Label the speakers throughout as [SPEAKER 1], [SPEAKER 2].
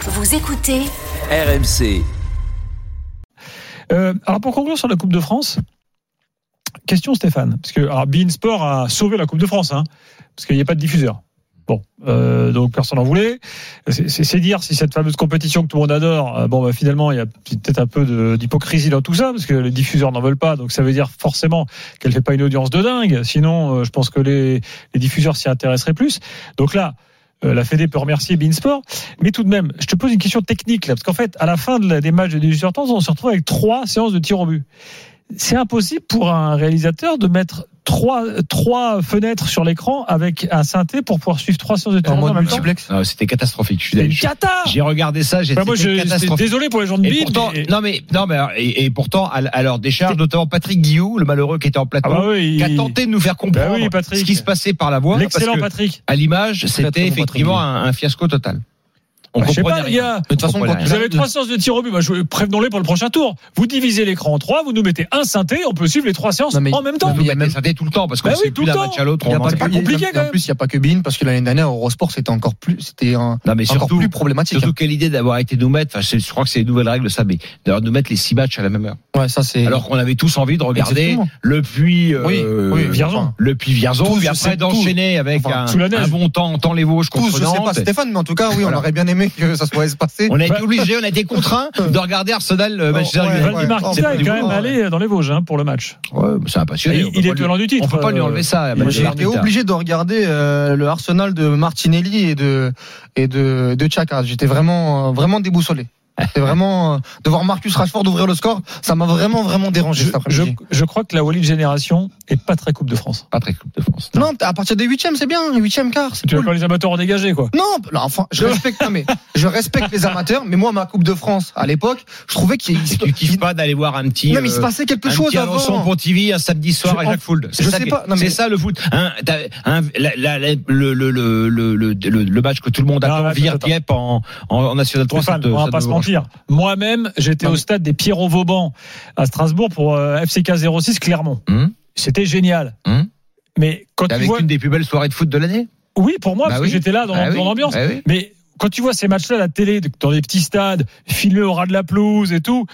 [SPEAKER 1] Vous écoutez
[SPEAKER 2] RMC.
[SPEAKER 3] Euh, alors pour conclure sur la Coupe de France, question Stéphane, parce que alors Bein Sport a sauvé la Coupe de France, hein, parce qu'il n'y a pas de diffuseur. Bon, euh, donc personne n'en voulait. C'est- C'est c'est dire si cette fameuse compétition que tout le monde adore, euh, bon, bah, finalement, il y a peut-être un peu de- d'hypocrisie dans tout ça, parce que les diffuseurs n'en veulent pas. Donc ça veut dire forcément qu'elle fait pas une audience de dingue. Sinon, euh, je pense que les, les diffuseurs s'y intéresseraient plus. Donc là, euh, la Fédé peut remercier Beansport. Mais tout de même, je te pose une question technique, là, parce qu'en fait, à la fin de la- des matchs de 18h30, on se retrouve avec trois séances de tir au but. C'est impossible pour un réalisateur de mettre trois, trois fenêtres sur l'écran avec un synthé pour pouvoir suivre trois séances de tir
[SPEAKER 4] En
[SPEAKER 3] au but.
[SPEAKER 4] mode
[SPEAKER 3] en même temps.
[SPEAKER 4] multiplex.
[SPEAKER 5] Non, Ah, c'était catastrophique. Je suis
[SPEAKER 3] C'est
[SPEAKER 5] d'accord.
[SPEAKER 3] une cata
[SPEAKER 5] J'ai regardé ça, j'ai
[SPEAKER 3] Enfin, Bah, Moi,
[SPEAKER 5] c'était
[SPEAKER 3] je- j'étais
[SPEAKER 5] catastrophique.
[SPEAKER 3] désolé pour les gens de
[SPEAKER 5] Et
[SPEAKER 3] Bid.
[SPEAKER 5] pourtant,
[SPEAKER 3] mais-
[SPEAKER 5] non mais non mais alors, et, et pourtant à, à leur décharge, notamment Patrick Guillou, le malheureux qui était en
[SPEAKER 3] Ah
[SPEAKER 5] plateau,
[SPEAKER 3] bah oui,
[SPEAKER 5] qui a
[SPEAKER 3] il-
[SPEAKER 5] tenté de nous faire comprendre
[SPEAKER 3] Bah oui, Patrick.
[SPEAKER 5] ce qui se passait par la voix, parce
[SPEAKER 3] l'excellent
[SPEAKER 5] que
[SPEAKER 3] Patrick.
[SPEAKER 5] à l'image,
[SPEAKER 4] Très,
[SPEAKER 5] c'était
[SPEAKER 4] très bon
[SPEAKER 5] effectivement
[SPEAKER 4] Patrick
[SPEAKER 5] un, un fiasco total. On
[SPEAKER 3] Bah, je sais
[SPEAKER 5] comprenait
[SPEAKER 3] pas, les
[SPEAKER 5] rien.
[SPEAKER 3] gars.
[SPEAKER 4] De toute façon,
[SPEAKER 5] Voilà.
[SPEAKER 4] quand
[SPEAKER 3] Vous avez trois séances de tir au but. Bah, je- Prévenons-les pour le prochain tour. Vous divisez l'écran en trois, vous nous mettez un synthé, on peut suivre les trois séances
[SPEAKER 4] Non, mais-
[SPEAKER 3] en même
[SPEAKER 5] On
[SPEAKER 3] temps.
[SPEAKER 5] nous
[SPEAKER 4] mais il y a
[SPEAKER 5] mettait
[SPEAKER 4] même-
[SPEAKER 5] ça dès tout le temps parce qu'on
[SPEAKER 3] Bah
[SPEAKER 5] ne
[SPEAKER 3] oui,
[SPEAKER 5] sait
[SPEAKER 3] tout
[SPEAKER 5] plus
[SPEAKER 3] le
[SPEAKER 5] d'un
[SPEAKER 3] temps.
[SPEAKER 5] match à l'autre.
[SPEAKER 4] Il y
[SPEAKER 5] on
[SPEAKER 4] a
[SPEAKER 5] en
[SPEAKER 4] pas
[SPEAKER 5] est-
[SPEAKER 3] pas
[SPEAKER 4] que-
[SPEAKER 3] compliqué,
[SPEAKER 4] et
[SPEAKER 3] quand même.
[SPEAKER 4] En plus, il n'y a pas que Bean parce que l'année dernière, Eurosport, c'était encore plus, c'était un-
[SPEAKER 5] Non mais
[SPEAKER 4] encore
[SPEAKER 5] surtout,
[SPEAKER 4] plus problématique.
[SPEAKER 5] surtout quelle idée d'avoir été nous mettre. Enfin, c'est- je crois que c'est les nouvelles règles, ça, mais d'avoir nous mettre les six matchs à la même heure.
[SPEAKER 4] Ouais, ça c'est.
[SPEAKER 5] Alors qu'on avait tous envie de regarder
[SPEAKER 4] Exactement.
[SPEAKER 5] le puits. euh,
[SPEAKER 4] oui, oui,
[SPEAKER 3] Vierzon.
[SPEAKER 4] enfin,
[SPEAKER 5] le puis Vierzon,
[SPEAKER 4] Tous,
[SPEAKER 5] puis
[SPEAKER 4] je sais
[SPEAKER 5] après
[SPEAKER 4] tous.
[SPEAKER 5] d'enchaîner avec
[SPEAKER 4] Enfin,
[SPEAKER 5] un,
[SPEAKER 3] sous la neige.
[SPEAKER 5] un bon temps, tant les Vosges
[SPEAKER 4] tous,
[SPEAKER 5] contre
[SPEAKER 4] je sais pas
[SPEAKER 5] Nantes.
[SPEAKER 4] Stéphane, mais en tout cas, oui,
[SPEAKER 5] Voilà.
[SPEAKER 4] on aurait bien aimé que ça se passe passer.
[SPEAKER 5] On a été obligé, on a été contraint de regarder Arsenal euh, Manchester
[SPEAKER 4] Ouais,
[SPEAKER 5] United.
[SPEAKER 4] ouais.
[SPEAKER 3] Valdimar
[SPEAKER 4] ouais,
[SPEAKER 3] Kita
[SPEAKER 4] ouais,
[SPEAKER 3] est quand
[SPEAKER 4] ouais,
[SPEAKER 3] même
[SPEAKER 4] ouais.
[SPEAKER 3] allé dans les Vosges hein, pour le match.
[SPEAKER 5] Ouais, mais c'est un passionné.
[SPEAKER 3] Et
[SPEAKER 5] on peut
[SPEAKER 3] il est
[SPEAKER 5] pas lui-
[SPEAKER 3] tenant du titre.
[SPEAKER 5] On peut pas lui
[SPEAKER 3] euh,
[SPEAKER 5] enlever ça.
[SPEAKER 3] il-
[SPEAKER 4] J'ai
[SPEAKER 5] Manchester
[SPEAKER 4] été
[SPEAKER 5] United.
[SPEAKER 4] obligé de regarder euh, le Arsenal de Martinelli et de et de de Chaka. J'étais vraiment euh, vraiment déboussolé. C'était vraiment euh, de voir Marcus Rashford ouvrir le score, ça m'a vraiment vraiment
[SPEAKER 3] Euh,
[SPEAKER 4] dérangé
[SPEAKER 3] Je,
[SPEAKER 4] cet après-midi.
[SPEAKER 3] je- je crois que la Wally de Génération est pas très Coupe de France.
[SPEAKER 5] Pas très Coupe de France.
[SPEAKER 4] Non, à partir des huitièmes, c'est bien, huitième quart, c'est
[SPEAKER 3] Tu veux
[SPEAKER 4] cool.
[SPEAKER 3] pas les amateurs en dégager, quoi.
[SPEAKER 4] Non, là, enfin, je respecte, non, mais je respecte les amateurs, mais moi, ma Coupe de France, à l'époque, je trouvais qu'il il
[SPEAKER 5] Et
[SPEAKER 4] se-
[SPEAKER 5] tu kiffes pas d'aller voir un petit.
[SPEAKER 4] non, mais il se
[SPEAKER 5] euh,
[SPEAKER 4] passait quelque
[SPEAKER 5] un
[SPEAKER 4] chose
[SPEAKER 5] petit Alençon
[SPEAKER 4] avant.
[SPEAKER 5] Pontivy un samedi soir
[SPEAKER 4] Je-
[SPEAKER 5] à Jacques Fould. C'est
[SPEAKER 4] je
[SPEAKER 5] ça
[SPEAKER 4] sais
[SPEAKER 5] qui-
[SPEAKER 4] pas, non,
[SPEAKER 5] c'est
[SPEAKER 4] mais-
[SPEAKER 5] ça le foot. Hein, t'as- hein, la- la- la- le, le, le, le, le, le match que tout le
[SPEAKER 4] Ah
[SPEAKER 5] monde
[SPEAKER 3] Non,
[SPEAKER 5] attend,
[SPEAKER 3] attends,
[SPEAKER 5] Vire
[SPEAKER 3] attends.
[SPEAKER 5] Dieppe en, en, en National 3.
[SPEAKER 3] Stéphane,
[SPEAKER 5] ça te-
[SPEAKER 3] on
[SPEAKER 5] ça
[SPEAKER 3] va
[SPEAKER 5] te
[SPEAKER 3] pas se
[SPEAKER 5] branche.
[SPEAKER 3] mentir. Moi-même, j'étais
[SPEAKER 4] Non,
[SPEAKER 3] au
[SPEAKER 4] mais-
[SPEAKER 3] stade des Pierrot Vauban à Strasbourg pour euh, FCK 06 Clermont.
[SPEAKER 5] Hum,
[SPEAKER 3] C'était génial.
[SPEAKER 5] hum.
[SPEAKER 3] Mais quand tu
[SPEAKER 5] Avec
[SPEAKER 3] vois,
[SPEAKER 5] une des plus belles soirées de foot de l'année.
[SPEAKER 3] oui, pour moi,
[SPEAKER 5] Bah
[SPEAKER 3] parce
[SPEAKER 5] oui.
[SPEAKER 3] que j'étais là dans,
[SPEAKER 5] Bah oui,
[SPEAKER 3] dans l'ambiance.
[SPEAKER 5] bah oui.
[SPEAKER 3] Mais quand tu vois ces matchs-là à la télé, dans des petits stades, filmés au ras de la pelouse et tout,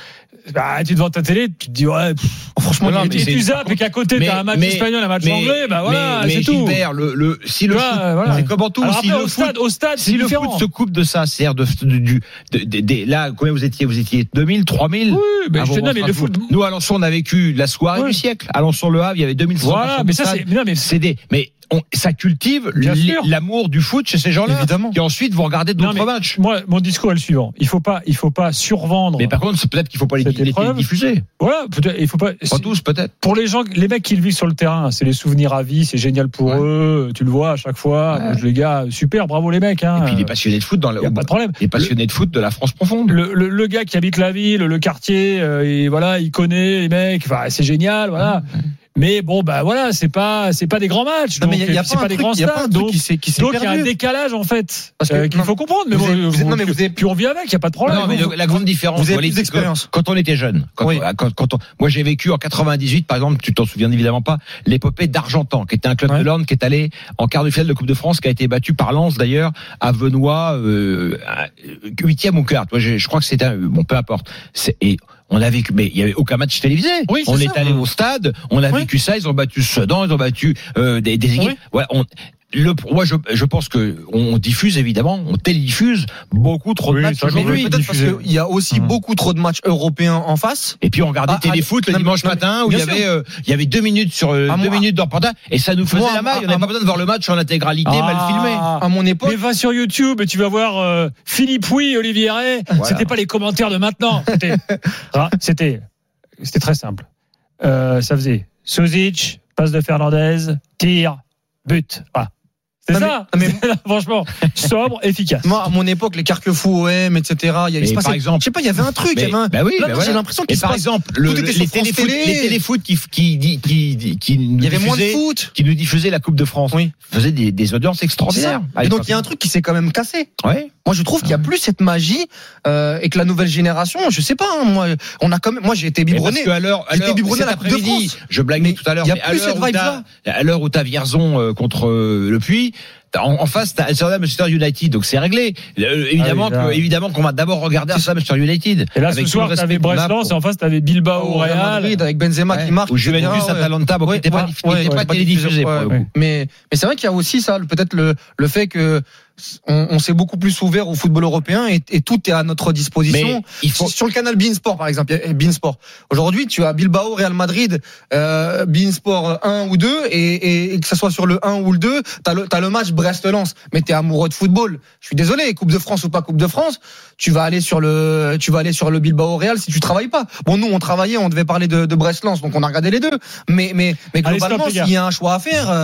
[SPEAKER 3] bah, tu es devant ta télé, tu te dis, ouais, pff,
[SPEAKER 5] Franchement, non,
[SPEAKER 3] et,
[SPEAKER 5] mais
[SPEAKER 3] et
[SPEAKER 5] c'est-
[SPEAKER 3] tu zappes et qu'à côté,
[SPEAKER 5] mais-
[SPEAKER 3] t'as un match
[SPEAKER 5] mais-
[SPEAKER 3] espagnol, un match
[SPEAKER 5] mais-
[SPEAKER 3] anglais, bah voilà,
[SPEAKER 5] mais- mais
[SPEAKER 3] c'est tout.
[SPEAKER 5] Gilbert, le, le, si
[SPEAKER 3] Tu
[SPEAKER 5] le
[SPEAKER 3] vois,
[SPEAKER 5] foot,
[SPEAKER 3] euh, voilà.
[SPEAKER 5] c'est comment tout,
[SPEAKER 3] Alors
[SPEAKER 5] si
[SPEAKER 3] après,
[SPEAKER 5] le
[SPEAKER 3] au
[SPEAKER 5] foot,
[SPEAKER 3] stade, au stade,
[SPEAKER 5] si
[SPEAKER 3] c'est
[SPEAKER 5] le foot
[SPEAKER 3] différent.
[SPEAKER 5] se coupe de ça, c'est-à-dire de, de- du, de- de- de- là, combien vous étiez, vous étiez 2000, 3000?
[SPEAKER 3] Oui, mais
[SPEAKER 5] Ah
[SPEAKER 3] je
[SPEAKER 5] bon,
[SPEAKER 3] te
[SPEAKER 5] on
[SPEAKER 3] dis, mais
[SPEAKER 5] sera
[SPEAKER 3] le
[SPEAKER 5] fou.
[SPEAKER 3] foot.
[SPEAKER 5] Nous, à Alençon, on a vécu la soirée
[SPEAKER 3] Ouais.
[SPEAKER 5] du siècle. Alençon le Havre, il y avait 2500
[SPEAKER 3] Voilà,
[SPEAKER 5] personnes
[SPEAKER 3] mais
[SPEAKER 5] dans
[SPEAKER 3] ça,
[SPEAKER 5] le
[SPEAKER 3] c'est.
[SPEAKER 5] stade.
[SPEAKER 3] mais Non, mais
[SPEAKER 5] c'est des, mais on- ça cultive
[SPEAKER 3] Bien
[SPEAKER 5] l'i-
[SPEAKER 3] sûr.
[SPEAKER 5] l'amour du foot chez ces gens-là.
[SPEAKER 4] Évidemment.
[SPEAKER 5] Et ensuite, vous regardez
[SPEAKER 3] Non,
[SPEAKER 5] d'autres
[SPEAKER 3] mais-
[SPEAKER 5] matchs.
[SPEAKER 3] Moi, mon discours est le suivant. Il faut pas, il faut pas survendre.
[SPEAKER 5] Mais par contre, c'est peut-être qu'il faut pas les,
[SPEAKER 3] Cette
[SPEAKER 5] les- les
[SPEAKER 3] épreuve-
[SPEAKER 5] diffuser.
[SPEAKER 3] Voilà, peut-être, il faut pas.
[SPEAKER 5] Pas tous, peut-être.
[SPEAKER 3] Pour les gens, les mecs qui le vivent sur le terrain, c'est les souvenirs à vie, c'est génial pour
[SPEAKER 5] Ouais.
[SPEAKER 3] eux. Tu le vois à chaque fois.
[SPEAKER 5] Ouais.
[SPEAKER 3] coach, Les gars, super, bravo les mecs. Hein.
[SPEAKER 5] Et puis, les passionnés de foot dans
[SPEAKER 3] Il
[SPEAKER 5] le,
[SPEAKER 3] y a pas de problème.
[SPEAKER 5] les passionnés de foot de la France profonde.
[SPEAKER 3] le, le, le gars qui habite la ville, le quartier, euh, et voilà, il connaît les mecs, enfin, c'est génial, voilà. Mais bon, bah voilà, c'est pas, c'est pas des grands matchs,
[SPEAKER 4] Non,
[SPEAKER 3] donc
[SPEAKER 4] mais il y a- il y a
[SPEAKER 3] et puis c'est
[SPEAKER 4] pas
[SPEAKER 3] pas
[SPEAKER 4] un
[SPEAKER 3] des
[SPEAKER 4] truc-
[SPEAKER 3] grands
[SPEAKER 4] il y a pas un
[SPEAKER 3] stades,
[SPEAKER 4] truc
[SPEAKER 3] donc
[SPEAKER 4] qui s'est qui s'est
[SPEAKER 3] donc il y a un
[SPEAKER 4] perdu.
[SPEAKER 3] décalage en fait
[SPEAKER 4] Parce que-
[SPEAKER 3] euh, qu'il
[SPEAKER 4] non,
[SPEAKER 3] faut comprendre. Mais
[SPEAKER 4] vous
[SPEAKER 3] bon,
[SPEAKER 4] avez- vous avez-
[SPEAKER 3] vous-
[SPEAKER 4] non, mais vous avez-
[SPEAKER 3] puis on vit avec, il y a pas de problème.
[SPEAKER 5] Non, mais le- la grande différence,
[SPEAKER 4] vous avez
[SPEAKER 5] voilà,
[SPEAKER 4] plus
[SPEAKER 5] c'est
[SPEAKER 4] d'expérience.
[SPEAKER 5] que Quand on était jeune, quand,
[SPEAKER 4] Oui.
[SPEAKER 5] quand- quand on- moi j'ai vécu en 98, par exemple, tu t'en souviens évidemment pas, l'épopée d'Argentan, qui était un club
[SPEAKER 4] Ouais.
[SPEAKER 5] de l'Orne qui est allé en quart de finale de Coupe de France, qui a été battu par Lens d'ailleurs à Venoy, euh, à- euh, huitième ou quart. Moi, j'ai- je crois que c'était un, bon, peu importe. C'est- Et on a vécu, mais il y avait aucun match télévisé.
[SPEAKER 4] Oui, c'est
[SPEAKER 5] on est
[SPEAKER 4] ça.
[SPEAKER 5] allé au stade, on a
[SPEAKER 4] Oui.
[SPEAKER 5] vécu ça. Ils ont battu Sedan, ils ont battu euh, des, des équipes.
[SPEAKER 4] Oui.
[SPEAKER 5] Voilà, on- le, moi, je, je pense que on diffuse évidemment, on télédiffuse beaucoup trop de
[SPEAKER 3] Oui,
[SPEAKER 5] matchs
[SPEAKER 3] ça, je
[SPEAKER 4] Mais
[SPEAKER 3] Oui,
[SPEAKER 5] aujourd'hui.
[SPEAKER 4] oui, peut-être parce
[SPEAKER 3] diffusé.
[SPEAKER 4] qu'il y a aussi
[SPEAKER 3] Hum.
[SPEAKER 4] beaucoup trop de matchs européens en face.
[SPEAKER 5] Et puis on regardait
[SPEAKER 4] Ah,
[SPEAKER 5] téléfoot
[SPEAKER 4] ah,
[SPEAKER 5] le
[SPEAKER 4] non,
[SPEAKER 5] dimanche
[SPEAKER 4] non,
[SPEAKER 5] matin où
[SPEAKER 4] bien
[SPEAKER 5] il y
[SPEAKER 4] sûr.
[SPEAKER 5] avait euh, il y avait deux minutes sur euh,
[SPEAKER 4] Ah,
[SPEAKER 5] deux
[SPEAKER 4] moi,
[SPEAKER 5] minutes de reportage et ça nous faisait Ah.
[SPEAKER 4] moi,
[SPEAKER 5] la maille.
[SPEAKER 4] ah,
[SPEAKER 5] on n'avait
[SPEAKER 4] ah,
[SPEAKER 5] pas besoin de voir le match en intégralité mal filmé.
[SPEAKER 4] À mon époque,
[SPEAKER 3] Mais va sur YouTube et tu vas voir euh, Philippe Oui, Olivier Ray. C'était pas les commentaires de maintenant. C'était, Ah, c'était, c'était très simple. Euh, ça faisait Suzic, passe de Fernandez, tir, but. Voilà. C'était
[SPEAKER 4] Non,
[SPEAKER 3] ça.
[SPEAKER 4] mais- non,
[SPEAKER 3] C'était- franchement, sobre, efficace.
[SPEAKER 4] Moi, à mon époque, les carquefous OM, etc. Il y a- il
[SPEAKER 5] Mais
[SPEAKER 4] se
[SPEAKER 5] par
[SPEAKER 4] passait,
[SPEAKER 5] exemple-
[SPEAKER 4] je sais pas, il y avait un truc. il y
[SPEAKER 5] Mais,
[SPEAKER 4] avait un-
[SPEAKER 5] bah oui, bah
[SPEAKER 4] Là, moi, j'ai
[SPEAKER 5] voilà.
[SPEAKER 4] l'impression
[SPEAKER 5] Mais
[SPEAKER 4] qu'il se
[SPEAKER 5] par
[SPEAKER 4] passe-
[SPEAKER 5] exemple, le-
[SPEAKER 4] était
[SPEAKER 5] les,
[SPEAKER 4] sur France
[SPEAKER 5] téléfoot,
[SPEAKER 4] Télé.
[SPEAKER 5] les téléfoot qui, qui, qui, qui, qui nous
[SPEAKER 4] il y avait moins de
[SPEAKER 5] diffusaient-
[SPEAKER 4] foot.
[SPEAKER 5] qui nous diffusaient la Coupe de France
[SPEAKER 4] Oui.
[SPEAKER 5] faisaient des, des audiences
[SPEAKER 4] C'est ça.
[SPEAKER 5] extraordinaires. à
[SPEAKER 4] Et donc,
[SPEAKER 5] l'époque.
[SPEAKER 4] il y a un truc qui s'est quand même cassé.
[SPEAKER 5] Ouais.
[SPEAKER 4] Moi, je trouve qu'il y
[SPEAKER 5] Ah.
[SPEAKER 4] a plus cette magie euh, et que la nouvelle génération, je sais pas. hein, moi, on a quand même. Moi, j'ai été
[SPEAKER 5] Mais parce
[SPEAKER 4] biberonné.
[SPEAKER 5] que à l'heure, à
[SPEAKER 4] J'étais
[SPEAKER 5] l'heure,
[SPEAKER 4] biberonné
[SPEAKER 5] cet
[SPEAKER 4] à la Coupe de
[SPEAKER 5] après-midi,
[SPEAKER 4] France.
[SPEAKER 5] je blaguais
[SPEAKER 4] Mais
[SPEAKER 5] tout à l'heure,
[SPEAKER 4] il y a
[SPEAKER 5] mais à
[SPEAKER 4] plus
[SPEAKER 5] l'heure
[SPEAKER 4] cette
[SPEAKER 5] où t'as- à l'heure où t'as Vierzon euh, contre euh, le Puy, T'as- En, en face, t'as Amsterdam Manchester United, donc c'est réglé. Euh, évidemment
[SPEAKER 3] Ah oui, là.
[SPEAKER 5] que- évidemment qu'on va d'abord regarder Amsterdam Manchester United.
[SPEAKER 3] Et là,
[SPEAKER 5] Avec
[SPEAKER 3] ce
[SPEAKER 5] tout
[SPEAKER 3] soir,
[SPEAKER 5] le respect
[SPEAKER 3] t'avais
[SPEAKER 5] qu'on a
[SPEAKER 3] Breslan,
[SPEAKER 5] pour-
[SPEAKER 3] et en face, t'avais Bilbao,
[SPEAKER 4] Au Real
[SPEAKER 3] Real.
[SPEAKER 4] Madrid, avec Benzema
[SPEAKER 5] Ouais.
[SPEAKER 4] qui marque.
[SPEAKER 5] Ou Juventus
[SPEAKER 4] etc. Ouais.
[SPEAKER 5] Atalanta, bon, qui
[SPEAKER 4] Ouais,
[SPEAKER 5] n'était pas,
[SPEAKER 4] ouais,
[SPEAKER 5] qui était
[SPEAKER 4] ouais,
[SPEAKER 5] pas
[SPEAKER 4] ouais,
[SPEAKER 5] télédiffusé pour le
[SPEAKER 4] ouais.
[SPEAKER 5] coup.
[SPEAKER 4] Mais, mais c'est vrai qu'il y a aussi ça, le- peut-être le, le fait que s- on, on s'est beaucoup plus ouvert au football européen et, et tout est à notre disposition.
[SPEAKER 5] Mais il faut,
[SPEAKER 4] Sur- Sur le canal Beansport, par exemple, et Beansport. Aujourd'hui, tu as Bilbao, Real Madrid, euh, Beansport 1 ou 2, et, et, et que ce soit sur le 1 ou le 2, t'as le, t'as le match Brest-Lens. Mais t'es amoureux de football. Je suis désolé, Coupe de France ou pas Coupe de France, tu vas aller sur le, tu vas aller sur le Bilbao Real si tu travailles pas. Bon, nous, on travaillait, on devait parler de, de Brest-Lens, donc on a regardé les deux. Mais, mais, mais
[SPEAKER 3] Allez, stop,
[SPEAKER 4] globalement,
[SPEAKER 3] les gars.
[SPEAKER 4] s'il y a un choix à faire, euh,